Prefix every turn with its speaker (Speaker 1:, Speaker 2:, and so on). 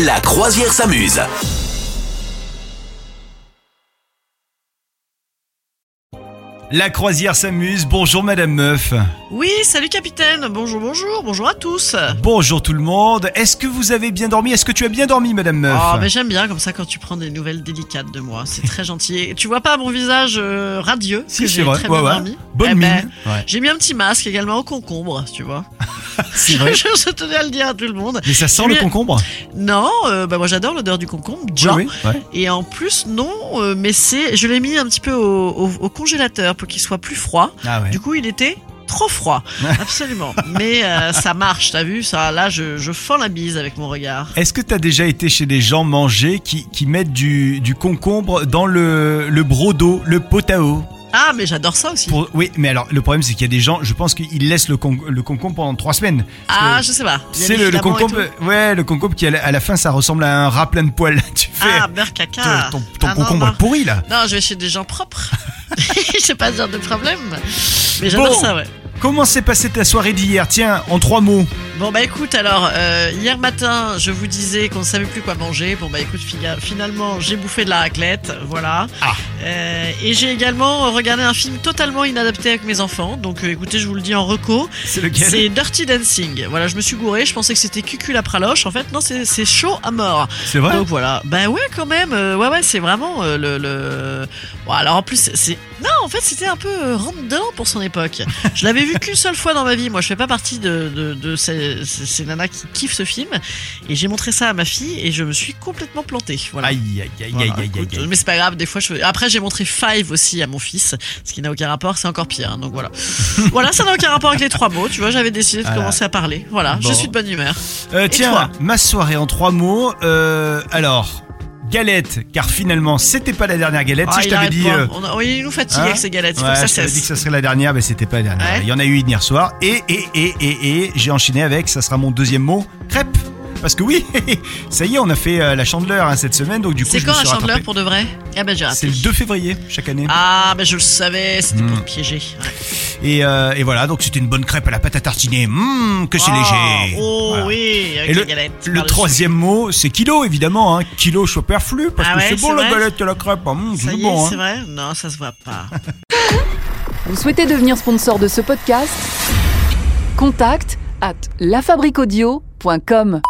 Speaker 1: La croisière s'amuse.
Speaker 2: La croisière s'amuse. Bonjour Madame Meuf.
Speaker 3: Oui, salut capitaine, bonjour, bonjour, bonjour à tous.
Speaker 2: Bonjour tout le monde. Est-ce que vous avez bien dormi Est-ce que tu as bien dormi Madame Meuf
Speaker 3: Oh, mais j'aime bien comme ça quand tu prends des nouvelles délicates de moi, c'est très gentil. Et tu vois pas mon visage euh, radieux
Speaker 2: Si,
Speaker 3: que
Speaker 2: c'est
Speaker 3: j'ai
Speaker 2: vrai.
Speaker 3: très
Speaker 2: Ouais,
Speaker 3: bien
Speaker 2: ouais.
Speaker 3: dormi.
Speaker 2: Bonne
Speaker 3: Eh ben,
Speaker 2: mine. Ouais.
Speaker 3: J'ai mis un petit masque également au concombre, tu vois.
Speaker 2: C'est vrai.
Speaker 3: je, je tenais à le dire à tout le monde.
Speaker 2: Mais ça sent
Speaker 3: J'ai
Speaker 2: le
Speaker 3: mis-
Speaker 2: concombre
Speaker 3: Non, euh, bah moi j'adore l'odeur du concombre, déjà.
Speaker 2: Oui, oui, ouais.
Speaker 3: Et en plus, non, euh, mais c'est, je l'ai mis un petit peu au, au- au congélateur pour qu'il soit plus froid.
Speaker 2: Ah ouais.
Speaker 3: Du coup, il était trop froid. Absolument. Mais euh, ça marche, t'as vu ça Là, je, je fends la bise avec mon regard.
Speaker 2: Est-ce que tu as déjà été chez des gens manger qui, qui mettent du, du concombre dans le, le brodo, le pot à eau
Speaker 3: Ah, mais j'adore ça aussi.
Speaker 2: Pour- Oui, mais alors le problème c'est qu'il y a des gens, je pense qu'ils laissent le, con- le concombre pendant trois semaines.
Speaker 3: Ah, je sais pas. Il y a
Speaker 2: C'est
Speaker 3: des
Speaker 2: le, le
Speaker 3: filaments et
Speaker 2: concombre,
Speaker 3: tout.
Speaker 2: ouais, le concombre qui à la, à la fin ça ressemble à un rat plein de poils. Tu fais
Speaker 3: Ah, beurre caca.
Speaker 2: ton, ton- ton
Speaker 3: Ah, non,
Speaker 2: concombre
Speaker 3: non.
Speaker 2: est pourri là.
Speaker 3: Non, je vais chez des gens propres. J'ai pas ce genre de problème. Mais j'adore
Speaker 2: Bon.
Speaker 3: ça, ouais.
Speaker 2: Comment s'est passée ta soirée d'hier Tiens, en trois mots.
Speaker 3: Bon, bah écoute, alors, euh, hier matin, je vous disais qu'on savait plus quoi manger. Bon, bah écoute, figa- finalement, j'ai bouffé de la raclette. Voilà.
Speaker 2: Ah.
Speaker 3: Euh, et j'ai également regardé un film totalement inadapté avec mes enfants. Donc, euh, écoutez, je vous le dis en reco.
Speaker 2: C'est lequel
Speaker 3: C'est Dirty Dancing. Voilà, je me suis gouré, je pensais que c'était cucul à praloche. En fait, non, c'est c'est chaud à mort.
Speaker 2: C'est vrai
Speaker 3: Donc voilà. Ben ouais, quand même. euh, ouais, ouais, c'est vraiment euh, le. le... Bon, alors en plus, c'est- c'est. Non, en fait, c'était un peu euh, rentre-dedans pour son époque. Je l'avais vu qu'une seule fois dans ma vie. Moi, je fais pas partie de, de, de ces, ces- ces nanas qui kiffent ce film. Et j'ai montré ça à ma fille et je me suis complètement plantée. Voilà.
Speaker 2: Aïe, aïe, aïe,
Speaker 3: Voilà,
Speaker 2: aïe, aïe, aïe,
Speaker 3: écoute,
Speaker 2: aïe.
Speaker 3: Mais c'est pas grave, des fois je fais- Après j'ai montré Five aussi à mon fils, ce qui n'a aucun rapport, c'est encore pire. hein, donc voilà. voilà, ça n'a aucun rapport avec les trois mots, tu vois, j'avais décidé de
Speaker 2: Voilà.
Speaker 3: commencer à parler. Voilà,
Speaker 2: Bon.
Speaker 3: je suis de bonne humeur.
Speaker 2: Euh,
Speaker 3: toi
Speaker 2: tiens, ma soirée en trois mots. euh, alors, galette, car finalement c'était pas la dernière galette.
Speaker 3: Ah,
Speaker 2: si je
Speaker 3: il
Speaker 2: t'avais
Speaker 3: arrête
Speaker 2: dit.
Speaker 3: pas.
Speaker 2: euh,
Speaker 3: On a- oui, il nous fatigue
Speaker 2: hein
Speaker 3: avec ces galettes, il faut
Speaker 2: ouais,
Speaker 3: que ça
Speaker 2: je t'avais dit que
Speaker 3: cesse.
Speaker 2: ça serait la dernière, mais c'était pas la dernière.
Speaker 3: Ouais.
Speaker 2: Il y en a eu une hier soir. Et, et, et, et, et, j'ai enchaîné avec, ça sera mon deuxième mot, crêpe. Parce que oui, ça y est, on a fait euh, la chandeleur hein, cette semaine, donc du coup,
Speaker 3: C'est
Speaker 2: je
Speaker 3: quand
Speaker 2: me
Speaker 3: la
Speaker 2: suis
Speaker 3: chandeleur
Speaker 2: rattrapé.
Speaker 3: pour de vrai Ah ben j'ai raté.
Speaker 2: C'est le 2 février chaque année.
Speaker 3: Ah ben je le savais, c'était
Speaker 2: Hmm.
Speaker 3: pour piéger. Ouais.
Speaker 2: Et, euh, et voilà, donc c'était une bonne crêpe à la pâte à tartiner. Mmh, que c'est
Speaker 3: Ah,
Speaker 2: léger.
Speaker 3: Oh
Speaker 2: Voilà.
Speaker 3: oui, avec
Speaker 2: Et
Speaker 3: les galettes.
Speaker 2: le
Speaker 3: par-dessus.
Speaker 2: troisième mot, c'est kilo, évidemment. Hein. Kilo choperflu, parce
Speaker 3: Ah
Speaker 2: que
Speaker 3: ouais,
Speaker 2: c'est bon
Speaker 3: c'est
Speaker 2: la
Speaker 3: vrai.
Speaker 2: galette et la crêpe. hein. Mmh,
Speaker 3: Ça
Speaker 2: c'est
Speaker 3: y est,
Speaker 2: bon. hein.
Speaker 3: c'est vrai Non, ça se voit pas.
Speaker 4: Vous souhaitez devenir sponsor de ce podcast Contact à lafabriquaudio.com.